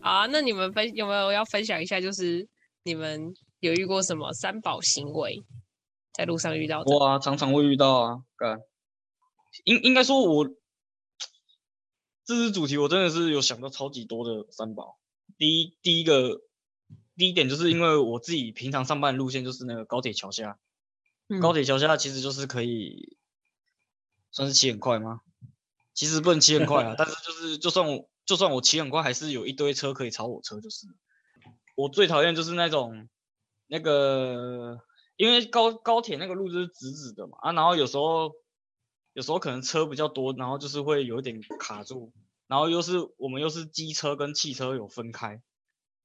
啊，那你们分有没有要分享一下？就是你们有遇过什么三宝行为，在路上遇到的？哇，常常会遇到啊，干。应应该说我，这次主题我真的是有想到超级多的三宝。第一第一个第一点就是因为我自己平常上班的路线就是那个高铁桥下，嗯高铁桥下其实就是可以算是骑很快吗？其实不能骑很快啊，但是就是就算我就算我骑很快，还是有一堆车可以超我车，就是了我最讨厌就是那种那个，因为高高铁那个路就是直直的嘛啊，然后有时候有时候可能车比较多，然后就是会有一点卡住，然后又是我们又是机车跟汽车有分开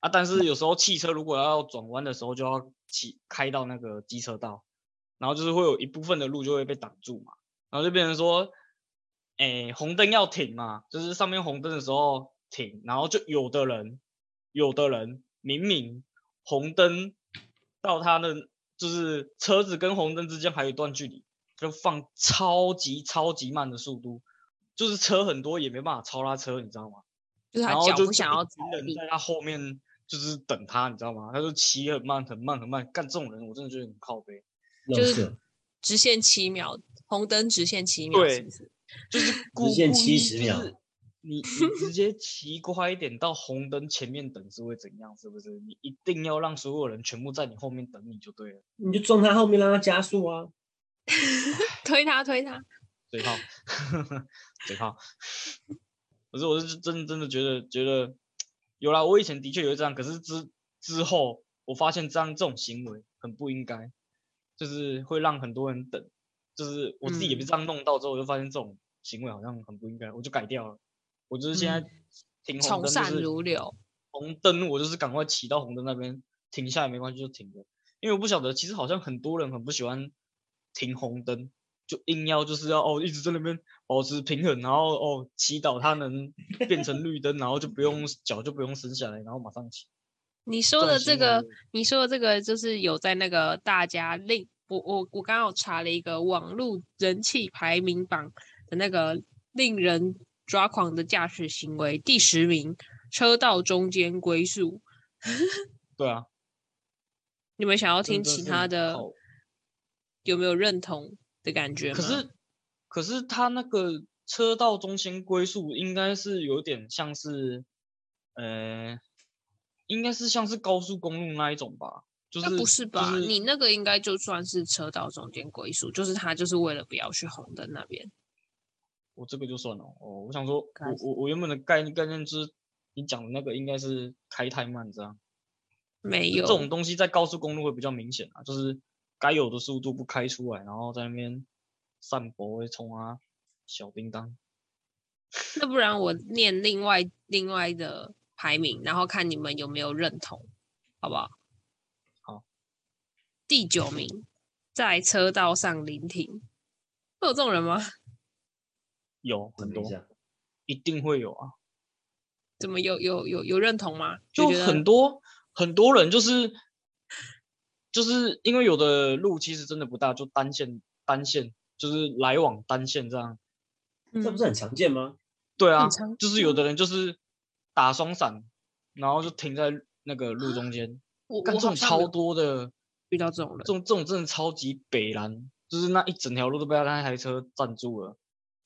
啊，但是有时候汽车如果要转弯的时候就要骑开到那个机车道，然后就是会有一部分的路就会被挡住嘛，然后就变成说，哎，红灯要停嘛，就是上面红灯的时候停，然后就有的人有的人明明红灯到他的就是车子跟红灯之间还有一段距离，就放超级超级慢的速度，就是车很多也没办法超他车，你知道吗？就是他然后脚就不是想一要着群人地在他后面就是等他，你知道吗？他就骑很慢很慢很慢，干这种人我真的觉得很靠背。就垃是圾直线七秒，红灯直线七秒，是对不是？就是故限故意70就秒是你你直接骑快一点到红灯前面等是会怎样？是不是？你一定要让所有人全部在你后面等你就对了。你就撞他后面，让他加速啊。推他推他，嘴炮， 嘴炮。 可是我是真真的觉得觉得有啦，我以前的确有这样，可是之之后我发现这样这种行为很不应该，就是会让很多人等，就是我自己也被嗯这样弄到之后，我就发现这种行为好像很不应该，我就改掉了。我就是现在嗯停红从灯，善就是如流。红灯，我就是赶快骑到红灯那边停下来，没关系就停了。因为我不晓得，其实好像很多人很不喜欢停红灯，就硬要就是要哦一直在那边保持平衡，然后哦祈祷它能变成绿灯，然后就不用脚就不用伸下来，然后马上骑。你说的种这行为啊个，你说的这个就是有在那个大家另我我我刚刚有查了一个网络人气排名榜的那个令人抓狂的驾驶行为，第十名车道中间龟速。对啊，你们想要听真的其是他很的靠有没有认同的感觉吗？可是，可是他那个车道中心龟速应该是有点像是，呃，应该是像是高速公路那一种吧？就那是不是吧？就是你那个应该就算是车道中间龟速，就是他就是为了不要去红灯那边。我这个就算了。哦，我想说，开我我我原本的概念概念就是你讲的那个应该是开太慢这样。没这有，种东西在高速公路会比较明显啊，就是该有的速度不开出来，然后在那边散博会冲啊小叮当。那不然我念另外另外的排名，然后看你们有没有认同，好不好？好。第九名，在车道上临停，会有这种人吗？有很多等一，下一定会有啊，怎么有有有有认同吗？就觉得很多很多人就是就是因为有的路其实真的不大，就单线单线就是来往单线这样，这不是很常见吗？对嗯啊很，常就是有的人就是打双闪，然后就停在那个路中间，我干我这好种像超有多的，遇到这种这人，种这种真的超级北蓝，就是那一整条路都被他那台车占住了。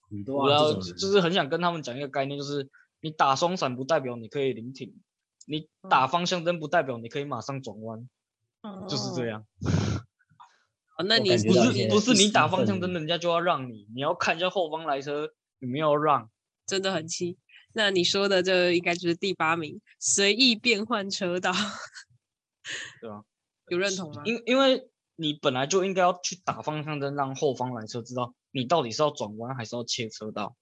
很我多然啊，后这种人就是很想跟他们讲一个概念，就是你打双闪不代表你可以临停，你嗯打方向灯不代表你可以马上转弯，就是这样。样。哦那我你感觉不到是现在不是是你打兴方向奋灯，的人家就要让你，你要看一下后方来车有没有让。真的很气。那你说的这应该就是第八名，随意变换车道， 对啊，有认同吗？因因为你本来就应该要去打方向灯，让后方来车知道你到底是要转弯还是要切车道。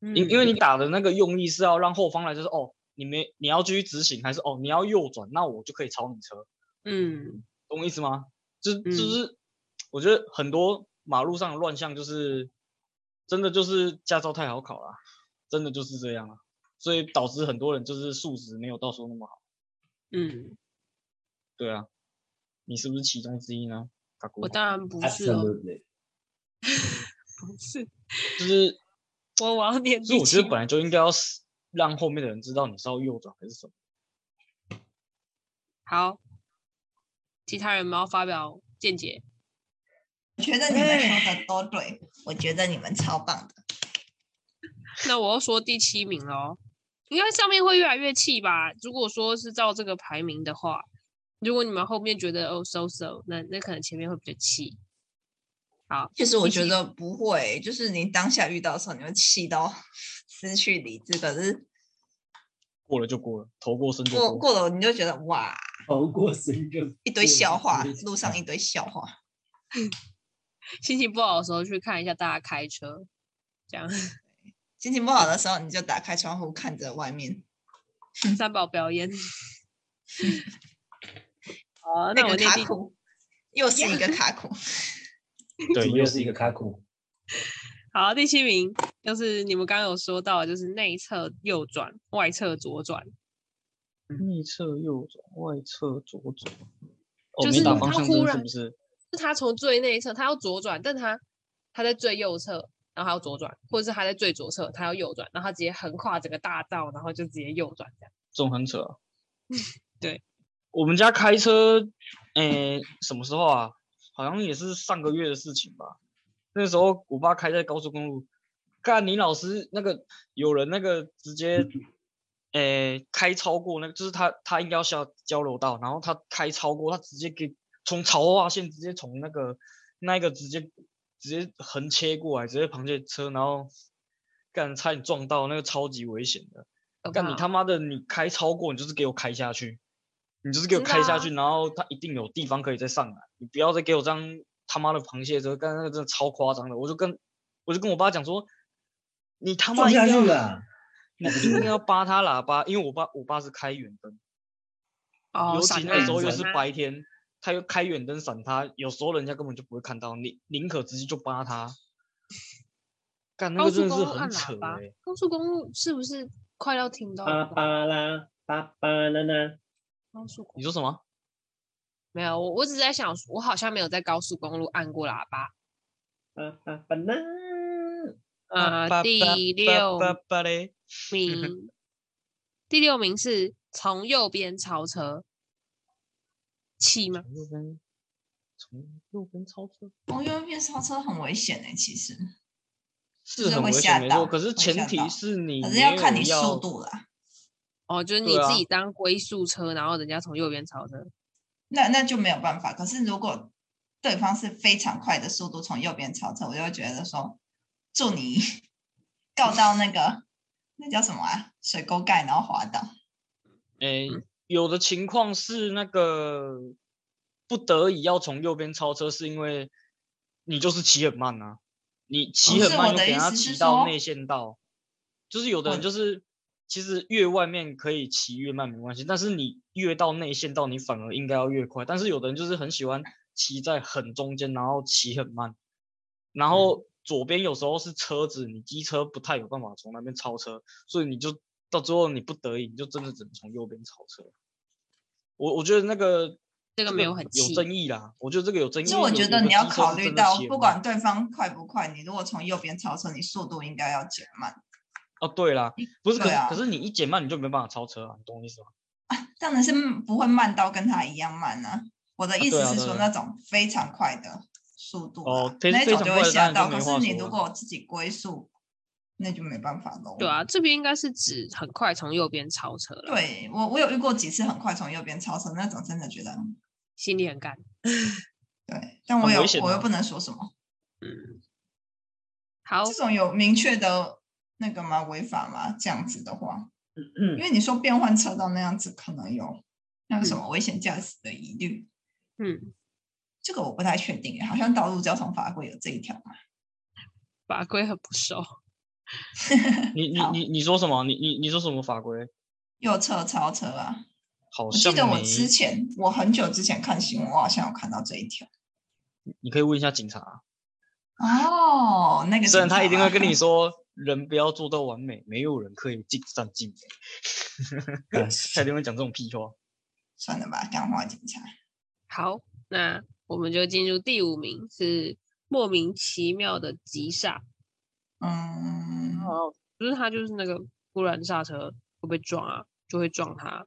因、因为嗯你打的那个用意是要让后方来车说哦，你没你要继续直行，还是哦你要右转，那我就可以超你车，嗯嗯懂我意思吗？就就嗯是、我觉得很多马路上的乱象就是真的就是驾照太好考了啊、真的就是这样啊，所以导致很多人就是素质没有到时候那么好。嗯，对啊，你是不是其中之一呢？大姑我当然不是哦， absolutely 不是，就是我我要念所以第我觉七得本来就应该要是让后面的人知道你是要右转还是什么，好，其他人没有发表见解。我觉得你们说的都对，我觉得你们超棒的。那我要说第七名喽，应该上面会越来越气吧？如果说是照这个排名的话，如果你们后面觉得哦 so so，那那可能前面会比较气。好，其实我一觉起得不会，就是你当下遇到的时候，你会气到失去理智，可是过了就过了，头过身就过过。过了你就觉得哇，熬过生就一堆笑话，对路上一堆笑话。心情不好的时候去看一下大家开车，这样心情不好的时候，你就打开窗户看着外面，三宝表演。好，那哦那我个念卡第苦，又是 一个卡苦。对，怎又么又是是一个卡苦？好，第七名就是你们刚刚有说到，就是内侧右转，外侧左转，内侧右转，外侧左转。哦，就是没打他方向忽灯是然不是？是他从最内侧，他要左转，但他他在最右侧，然后他要左转，或者是他在最左侧，他要右转，然后他直接横跨整个大道，然后就直接右转这样。。这种很扯、啊对，我们家开车，诶、什么时候啊？好像也是上个月的事情吧。那时候我爸开在高速公路，干林老师那个有人那个直接，诶、开超过那个，就是他他应该要下交流道，然后他开超过，他直接给从潮化线直接从那个那一个直接直接横切过来，直接旁边的车，然后干差点撞到，那个超级危险的。可干你怕他妈的，你开超过，你就是给我开下去，你就是给我知开下道啊去，然后他一定有地方可以再上来，你不要再给我这样他妈的螃蟹车，干那个真的超夸张的，我就跟我就跟我爸讲说，你他妈撞一下定去要了，你一定要扒他喇叭，因为我爸我爸是开远灯，哦，尤闪其那啊时候又是闪啊白天，他又开远灯闪他，有时候人家根本就不会看到，你宁可直接就扒他，干高那个速真的公是路按很扯喇叭欸，啊高速公路是不是快要停到巴了吧？巴啦，巴巴啦啦，高速公你路说什么？没有，我我只是在想，我好像没有在高速公路按过喇叭。巴巴巴啦。呃，第六爸爸嘞。名，第六名是从右边超车，气吗？从右边，从右边超车从右边超车很危险哎、其实，是就是很会危吓险，没到错。可是会前吓提到是你可没是有要看你速度啦。哦，就是你对自啊己当龟速车，然后人家从右边超车。那那就没有办法。可是如果对方是非常快的速度从右边超车，我就会觉得说，祝你 告到那个那叫什么啊，水沟盖然后滑倒。诶、嗯有的情况是那个不得已要从右边超车，是因为你就是骑很慢啊，你骑不很哦是慢我又的给意他思是骑到说哦内线道，就是有的我人就是其实越外面可以骑越慢没关系，但是你越到内线道你反而应该要越快，但是有的人就是很喜欢骑在很中间，然后骑很慢，嗯然后左边有时候是车子，你机车不太有办法从那边超车，所以你就到最后你不得已，你就真的只能从右边超车。我我觉得那个这个没有很有气争议啦，我觉得这个有争议。其实因为我有觉有得的你要机车考是虑真的到，骑很不慢管对方快不快，你如果从右边超车，你速度应该要减慢。哦，对啦，不是可对是啊可是你一减慢你就没办法超车啊，你懂我意思吗？这样子是不会慢到跟他一样慢呢、我的意对思啊是对说，啊那种非常快的速度啊、哦非那非种常就快会的吓当然就到。可没是话你说如啊果自己龟速，那就没办法喽。对啊，这边应该是指很快从右边超车了，对我，我有遇过几次很快从右边超车那种，真的觉得很心里很干。对，但我很有危险我又啊不能说什么。好哦这，种有明确的那个吗？违法吗？这样子的话，因嗯，为你说变换车道那样子，可能有那个什么危险驾驶的疑虑，嗯，这个我不太确定耶，好像道路交通法规有这一条嘛。法规很不熟。你你好你你说什么？你你你说什么法规？右侧超车啊，好我记像得我没之前我很久之前看新闻，我好像有看到这一条。你可以问一下警察啊，哦，那个虽然警他察一定吗会跟你说人不要做到完美，没有人可以尽善尽美，他一定会讲这种屁话。算了吧，干话警察。好，那我们就进入第五名，是莫名其妙的急刹。嗯，哦，就是他就是那个突然刹车会被撞啊，就会撞他。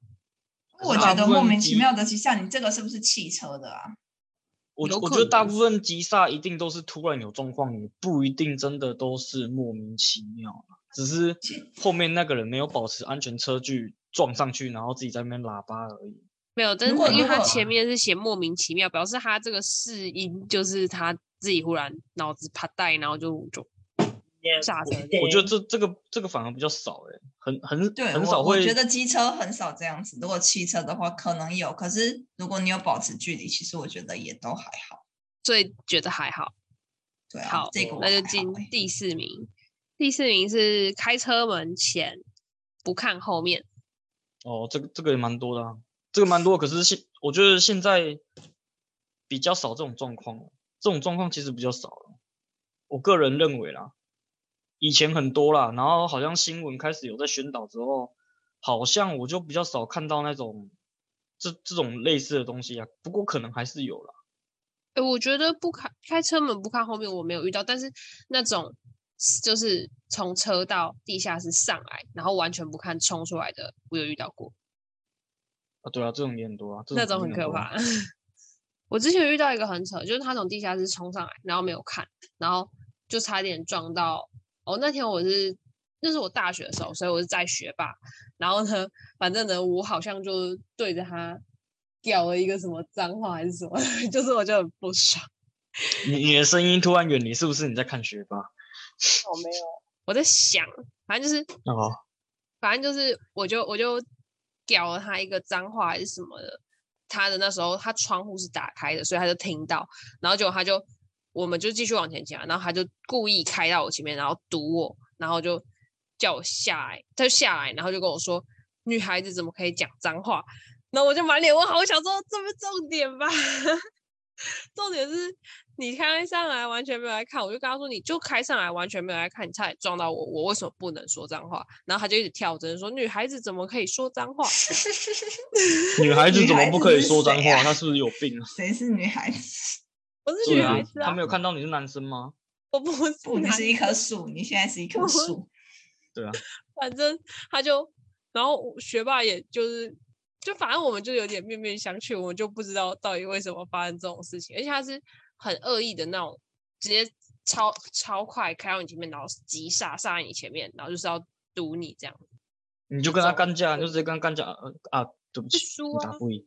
我大觉得部莫分名其机妙的，其实像你这个是不是汽车的啊？我有我可觉得大能部分急刹一定都是突然有状况，也不一定真的都是莫名其妙啦，只是其后面那个人没有保持安全车距撞上去，然后自己在那边喇叭而已。没有，但是如果因为如他果前面是写莫名其妙，表示他这个试音就是他自己忽然脑子啪带，然后就就下车。我觉得这这个这个反而比较少诶、很很对很我少我会觉得机车很少这样子。如果汽车的话，可能有，可是如果你有保持距离，其实我觉得也都还好。所以觉得还好。对啊，好这个，我那就还好进欸第四名。第四名是开车门前不看后面，哦，这个这个也蛮多的、啊，这个蛮多。可是现我觉得现在比较少这种状况了，这种状况其实比较少了。我个人认为啦，以前很多啦，然后好像新闻开始有在宣导之后，好像我就比较少看到那种这这种类似的东西啊。不过可能还是有啦。哎，我觉得不开开车门不看后面我没有遇到，但是那种就是从车到地下室上来，然后完全不看冲出来的，我有遇到过。啊，对啊，这种也很多啊，这那种种肯很定可多啊怕。 我之前遇到一个很扯，就是他从地下室冲上来，然后没有看，然后就差点撞到。哦，那天我是那是我大学的时候，所以我是在学霸。然后呢，反正呢，我好像就对着他屌了一个什么脏话还是什么， 就是我就很不爽。你你的声音突然远离，是不是你在看学霸？我没有，我在想，反正就是哦，反正就是我就我就屌了他一个脏话还是什么的。他的那时候他窗户是打开的，所以他就听到，然后结果他就我们就继续往前讲，然后他就故意开到我前面，然后堵我，然后就叫我下来，他就下来，然后就跟我说女孩子怎么可以讲脏话？然后我就满脸问号，我想说这不是重点吧？ 重点是你开上来完全没有来看，我就跟他说，你就开上来完全没有来看，你差点撞到我，我为什么不能说脏话？然后他就一直跳针说，女孩子怎么可以说脏话？女孩子女怎么孩不子可以是说脏谁话？啊她是不是有病啊？ 谁是女孩子？我是对 女啊孩子他啊，没有看到你是男生吗？我不是不，你男是一棵树，你现在是一棵我 树。对啊，反正他就，然后学霸也就是，就反正我们就有点面面相觑，我们就不知道到底为什么发生这种事情，而且他是很恶意的那种，直接超超快开到你前面，然后急刹刹在你前面，然后就是要堵你这样，你就跟他种干架，你就直接跟他干架呃啊！对不就起，输你啊打。不赢。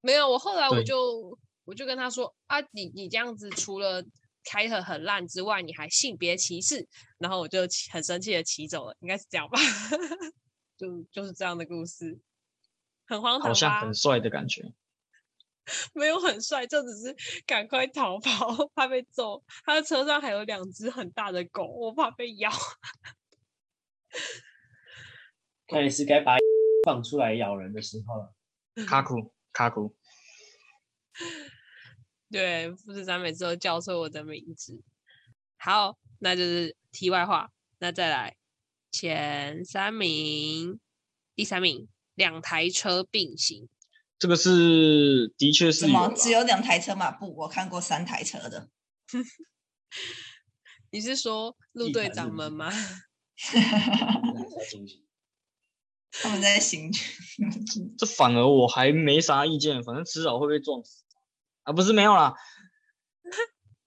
没有，我后来我对就我就跟他说啊，你你这样子除了开的很烂之外，你还性别歧视，然后我就骑很生气的骑走了，应该是这样吧？ 就就是这样的故事，很荒唐好像吧很？帅的感觉。 没有很帅，就只是赶快逃跑， 怕被揍。他的车上还有两只很大的狗，我怕被咬。看来是该把 放出来咬人的时候了。卡库卡库，对，富士山每次都叫错我的名字。好，那就是题外话。那再来前三名，第三名，两台车并行。这个是的确是什有么？啦只有两台车嘛？不，我看过三台车的。 你是说陆一队台是长不们是吗？他们在行军，这反而我还没啥意见，反正迟早会被撞死啊！不是没有啦，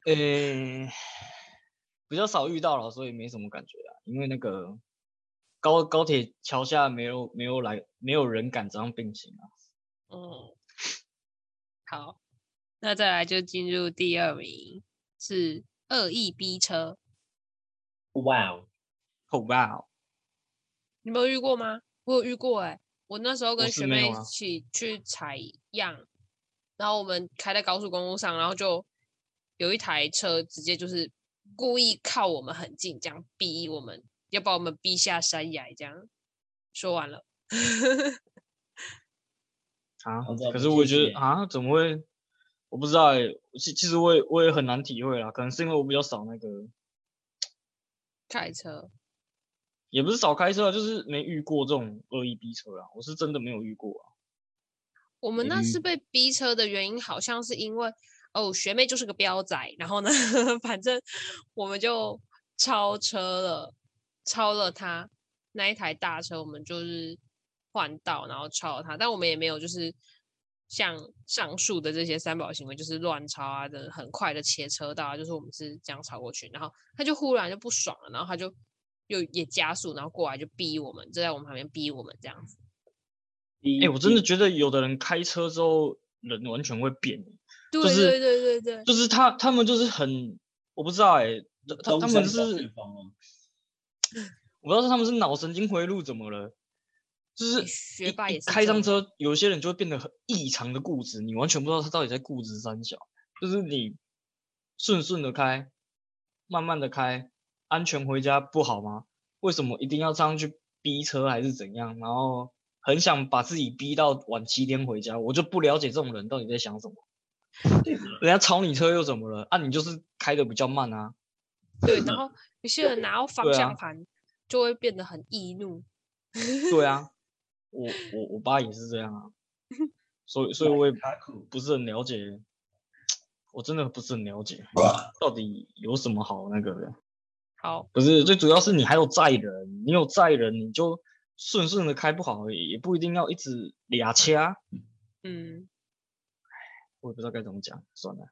呃、比较少遇到了，所以没什么感觉啦。因为那个高高铁桥下没有没有来没有人敢这样并行啊。嗯，好，那再来就进入第二名，是恶意逼车。哇哦，好吧、哦，你没有遇过吗？我有遇过哎、我那时候跟是学没妹有一啊起去采样，然后我们开在高速公路上，然后就有一台车直接就是故意靠我们很近，这样逼我们，要把我们逼下山崖。这样说完了， 啊好这，可不是我积觉极得欸啊，怎么会？我不知道哎、其其实我也我也很难体会啦，可能是因为我比较少那个，开车也不是少开车啊，就是没遇过这种恶意逼车啊，我是真的没有遇过啊。我们那次嗯被逼车的原因，好像是因为哦，学妹就是个彪仔，然后呢， 反正我们就超车了，超了她那一台大车，我们就是换道，然后超他，但我们也没有就是像上述的这些三宝行为，就是乱超啊的，很快的切车道啊，就是我们是这样超过去，然后他就忽然就不爽了，然后他就又也加速，然后过来就逼我们，就在我们旁边逼我们这样子。哎哎、我真的觉得有的人开车之后人完全会变，欸对就是对对对对，就是他他们就是很我不知道哎、他他们是风哦我不知道他们是脑神经回路怎么了，就是哎学一霸一也是开这上样车，有些人就会变得很异常的固执，你完全不知道他到底在固执三小。就是你顺顺的开，慢慢的开，安全回家不好吗？为什么一定要这样去逼车还是怎样？然后很想把自己逼到晚七天回家，我就不了解这种人到底在想什 么。人家超你车又怎么了？啊，你就是开的比较慢啊。 对，然后有些人拿到方对啊向盘就会变得很易怒。 对啊，我我我爸也是这样啊，所以所以我也卡苦，不是很了解，我真的不是很了解到底有什么好那个的。好，不是，最主要是你还有载人，你有载人你就顺顺的开不好而已，也不一定要一直俩掐。嗯，我也不知道该怎么讲，算了，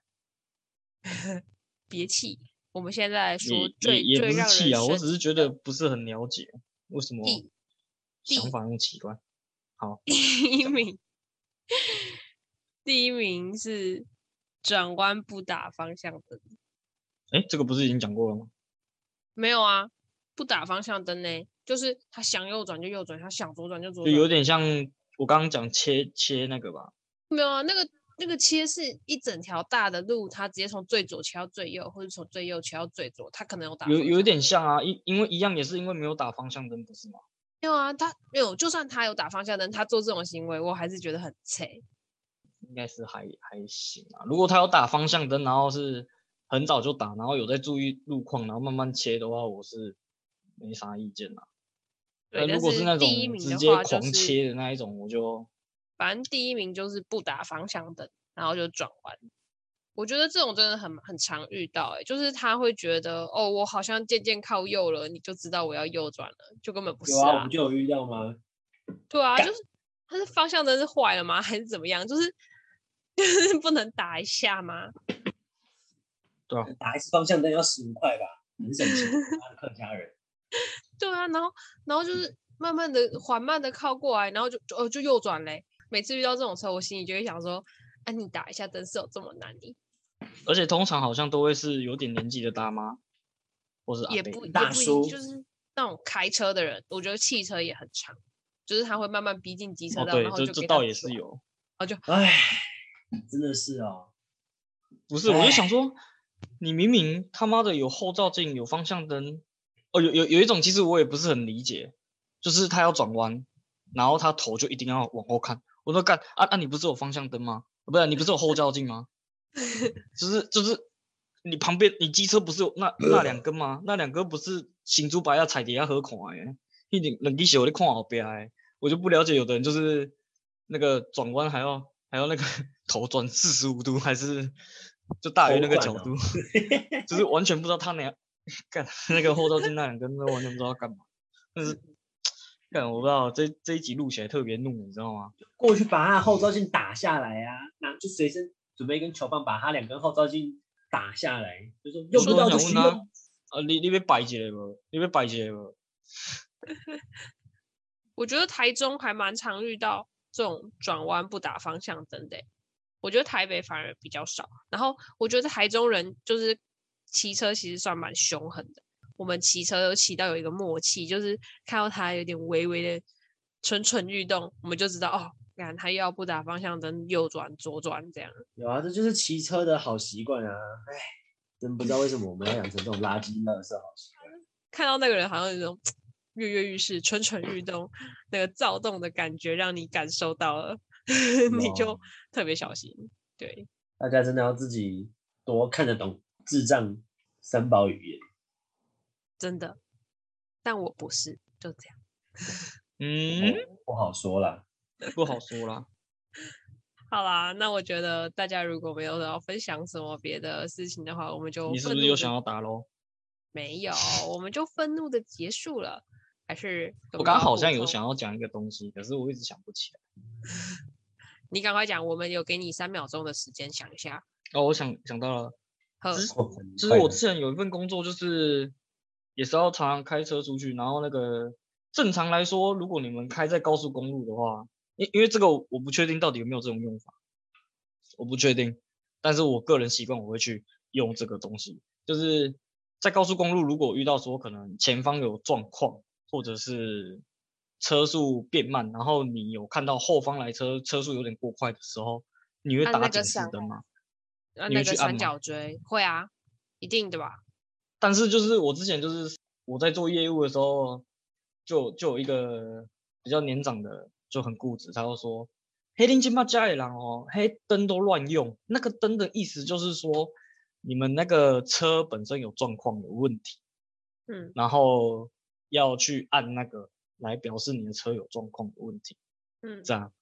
别气。我们现在来说也最也也最不是让气人啊，我生只是 气觉的得不是很了解为什么第想第法那么奇怪。好，第一名，第一名是转弯不打方向灯。哎，这个不是已经讲过了吗？没有啊，不打方向灯呢，就是他想右转就右转，他想左转就左就转。有点像我刚刚讲切切那个吧，没有啊，那个那个切是一整条大的路，他直接从最左切到最右，或者从最右切到最左，他可能有打有方有向一点像啊，一因为一样也是因为没有打方向灯，不是吗？没有啊，他没有，就算他有打方向灯，他做这种行为，我还是觉得很菜。应该是还还行啊。如果他有打方向灯，然后是很早就打，然后有在注意路况，然后慢慢切的话，我是没啥意见啦。对，但但呃如果是那种第一名直的接话，就狂是切的那一种，我就反正第一名就是不打方向灯，然后就转弯。我觉得这种真的很很常遇到、欸，就是他会觉得哦，我好像渐渐靠右了，你就知道我要右转了，就根本不是有啊，我们就有遇到吗？对啊，就是他是方向灯是坏了吗？ 还是怎么样？就是就是不能打一下吗？打一次方向灯要十五块吧，很省 钱。他客家人，对啊，然后然后就是慢慢的、缓慢的靠过来，然后就就呃就右转嘞。每次遇到这种车，我心里就会想说，啊，你打一下灯是有这么难你而且通常好像都会是有点年纪的大妈，或是阿也伯哦不也大不一叔就是那种开车的人，我觉得汽车也很长，就是他会慢慢逼近机车哦，道，对然，后这就这给他倒也左是，有。唉，真的是哦。 不 是，我就想说，你明明他妈的有后照镜，有方向灯，哦，有有有一种，其实我也不是很理解，就是他要转弯，然后他头就一定要往后看。我说干啊啊，你不是有方向灯吗？啊不是，你不是有后照镜吗？就是就是，你旁边你机车不是有那那两根吗？那两根不是行珠白要踩底下河看的，一点冷滴血我就看好边的。我就不了解有的人就是那个转弯还要还要那个 头转四十五度，还是就大于那个角头转度，就是完全不知道他俩干那个后照镜那两根都完全不知道干嘛。但是干我不知道这这一集录起来特别怒，你知道吗？过去把他的后照镜打下来啊，拿就随身准备一根球棒，把他两根后照镜打下来，就说用不所以到我就想问是他用。，啊，你你要摆一个无？你要摆一个无？我觉得台中还蛮常遇到这种转弯不打方向灯的欸、我觉得台北反而比较少。然后我觉得台中人就是骑车其实算蛮凶狠的，我们骑车都骑到有一个默契，就是看到他有点微微的蠢蠢欲动，我们就知道哦，看他又要不打方向灯，右转左转这样。有啊，这就是骑车的好习惯啊。唉，真不知道为什么我们要养成这种垃圾垃圾好习惯。看到那个人好像有一种跃跃欲试、蠢蠢欲动、那个躁动的感觉，让你感受到了， 你就哇特别小心。对，大家真的要自己多看得懂智障三宝语言。真的。但我不是，就这样。嗯，哦不好说啦。不好说啦。好啦，那我觉得大家如果没有要分享什么别的事情的话，我们就你是不愤是怒又地想要打咯？没有，我们就愤怒的结束了。还是有啊我刚刚要好补像有充，想要讲一个东西，可是我一直想不起来。你赶快讲，我们有给你三秒钟的时间想一下。哦，我想想到了，呵，之哦很就是快我的之前有一份工作，就是也是要常常开车出去，然后那个正常来说，如果你们开在高速公路的话，因因为这个我我不确定到底有没有这种用法，我不确定，但是我个人习惯我会去用这个东西，就是在高速公路如果遇到说可能前方有状况，或者是车速变慢，然后你有看到后方来车车速有点过快的时候，你会按打那个警示闪灯吗？那你呃那会个去按三吗角锥会啊，一定的吧？但是就是我之前就是我在做业务的时候，就就有一个比较年长的就很固执，他就说黑林金巴家里人哦，黑灯都乱用。那个灯的意思就是说你们那个车本身有状况有问题，嗯，然后要去按那个来表示你的车有状况有问题。嗯，这样。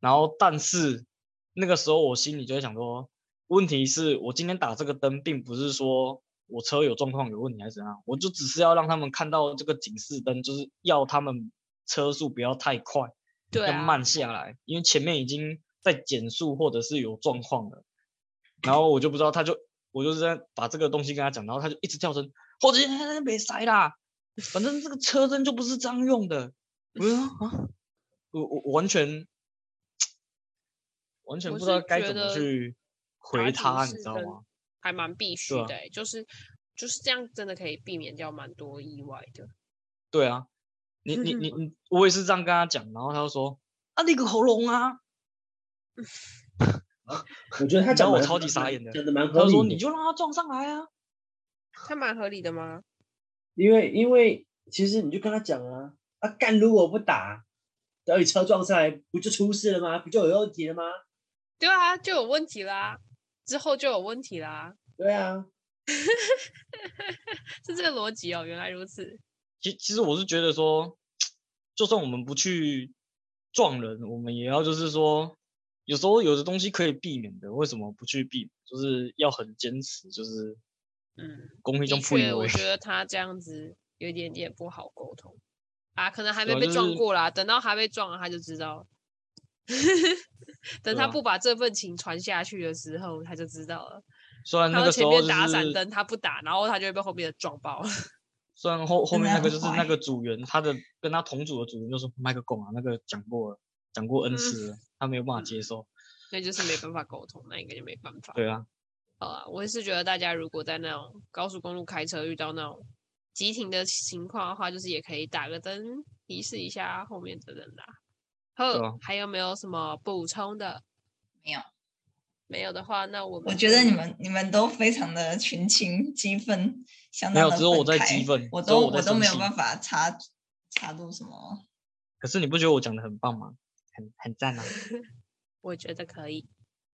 然后，但是那个时候我心里就会想说，问题是我今天打这个灯，并不是说我车有状况有问题还是怎样，我就只是要让他们看到这个警示灯，就是要他们车速不要太快，对要啊，慢下来，因为前面已经在减速或者是有状况了。然后我就不知道，他就我就是在把这个东西跟他讲，然后他就一直跳针，后直接别塞啦，反正这个车针就不是这样用 的。我就说啊，我我我完全完全我不知是道该觉怎么得去打回警他，你示知道灯吗？还蛮必须啊的欸、就是就是这样，真的可以避免掉蛮多意外的。对啊，你 你你你，我也是这样跟他讲，然后他就说啊，你个喉咙啊，我觉得他你知道讲我得超级蛮傻眼的讲的蛮他合就说理你的，就让他撞上来啊。它蛮合理的吗？因为因为其实你就跟他讲啊，啊干如果不打，等你车撞上来不就出事了吗？不就有问题了吗？对啊，就有问题啦，之后就有问题啦，对啊，是这个逻辑哦，原来如此。其其实我是觉得说，就算我们不去撞人，我们也要就是说，有时候有的东西可以避免的，为什么不去避免？就是要很坚持，就是嗯，公益的中不以确，我为。觉得他这样子有一点点不好沟通啊，可能还没对啊被就撞是过啦，等到他被撞了，他就知道了。 等对他啊不把这份情传下去的时候，他就知道了。虽然他那到个时前候面就打闪是，灯，他不打，然后他就会被后面的撞爆。虽然后后真面的那个很就是那坏个组员，他的跟他同组的组员就说麦克贡啊，那个讲过了，讲过 N 嗯次了，他没有办法接受。 那就是没办法沟通，那应该就没办法。对啊，好啊，我是觉得大家如果在那种高速公路开车遇到那种急停的情况的话，就是也可以打个灯提示一下后面的人啦。呵，啊还有没有什么补充的？没有。没有的话，那我们我觉得就你们你们都非常的群情激愤，相没当有的只有我愤在激慨愤我只有都我在都没生气有办法插插入什么。可是你不觉得我讲的很棒吗？很很赞啊！我觉得可以。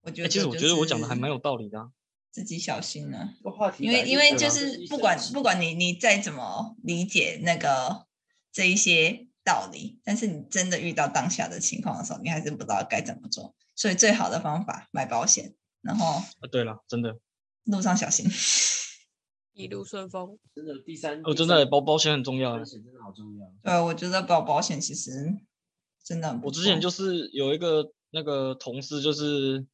我觉哎、得、其实我觉得我讲的还蛮有，道理的、啊。自己小心呢。这个话题因为因本来为就这样是不管不管你你再怎么理解那个这一些道理，但是你真的遇到当下的情况的时候，你还是不知道该怎么做。所以最好的方法买保险，然后啊，对了，真的，路上小心。 一路顺风，真的第三，哦，第真的三保保险很重要啊风。险真的好重要。对，我觉得保保险其实真的很哦不我之前错就是有一个那个同事，就是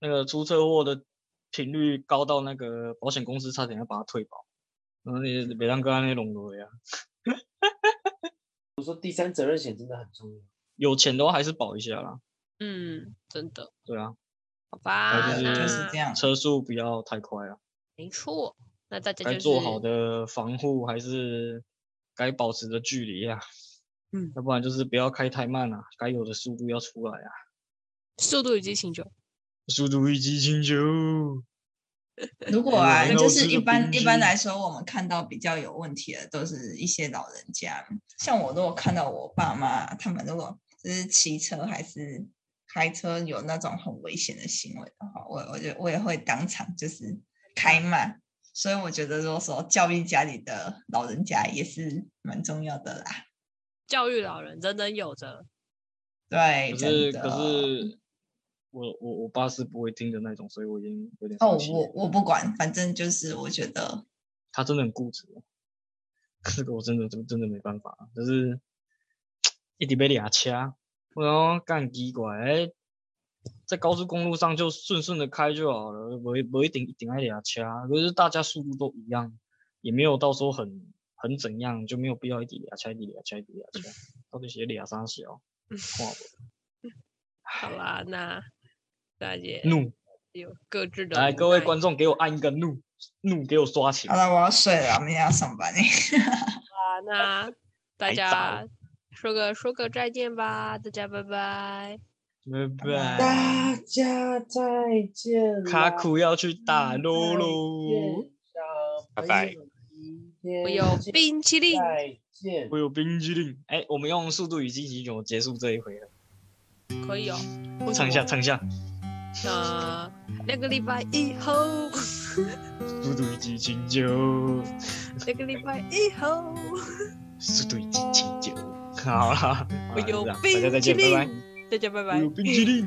那个出车祸的频率高到那个保险公司差点要把他退保，然后也别让跟他那种罗呀，我说第三责任险真的很重要。有钱的话还是保一下啦，嗯，真的，对啊，好还吧，有就那是这样。车速不要太快啊，没错。那大家该就是做好的防护还是该保持的距离啊，嗯要不然就是不要开太慢啊，该有的速度要出来啊，速度与激情就速度与激情球。如果哎啊，呦那就我是吃一个般冰一般激来说，我们看到比较有问题的都是一些老人家，像我如果看到我爸妈他们如果就是骑车还是开车有那种很危险的行为的话，我我就我也会当场就是开嗯骂。所以我觉得，如果说教育家里的老人家也是蛮重要的啦。教育老人，人人有责。对，可真是的可是我我我爸是不会听的那种，所以我已经有点哦，放弃了我我不管，反正就是我觉得他真的很固执。哦 这个我真的真真的没办法，啊就是一直被俩掐，然后干奇怪，欸在高速公路上就顺顺的开就好了，不会不会一定一定爱俩掐，可是大家速度都一样，也没有到时候很很怎样，就没有必要一直俩掐一直俩掐一直俩掐，到底写俩啥小？看不好啦，那大姐怒！有各自的来，无各位奈观众给我按一个怒，怒给我刷起好来。了，我要睡了，明天要上班。啊，那大还家早说个说个再见吧，大家拜拜。拜拜拜。大家再见啦，卡库要去打嗯喽再见喽，，小拜拜朋友明我天有嗯见冰淇淋，再见我。有冰激凌。哎、我们用《速度与激情九》结束这一回了，可以哦。为什唱一下，么。唱一下那两个礼拜以后， 《速度与激情九》，两个礼拜以后， 《速度与激情九》。好啦，好啦我有就这样大冰淇家再见，淋拜拜。。大家拜我拜有。冰激凌。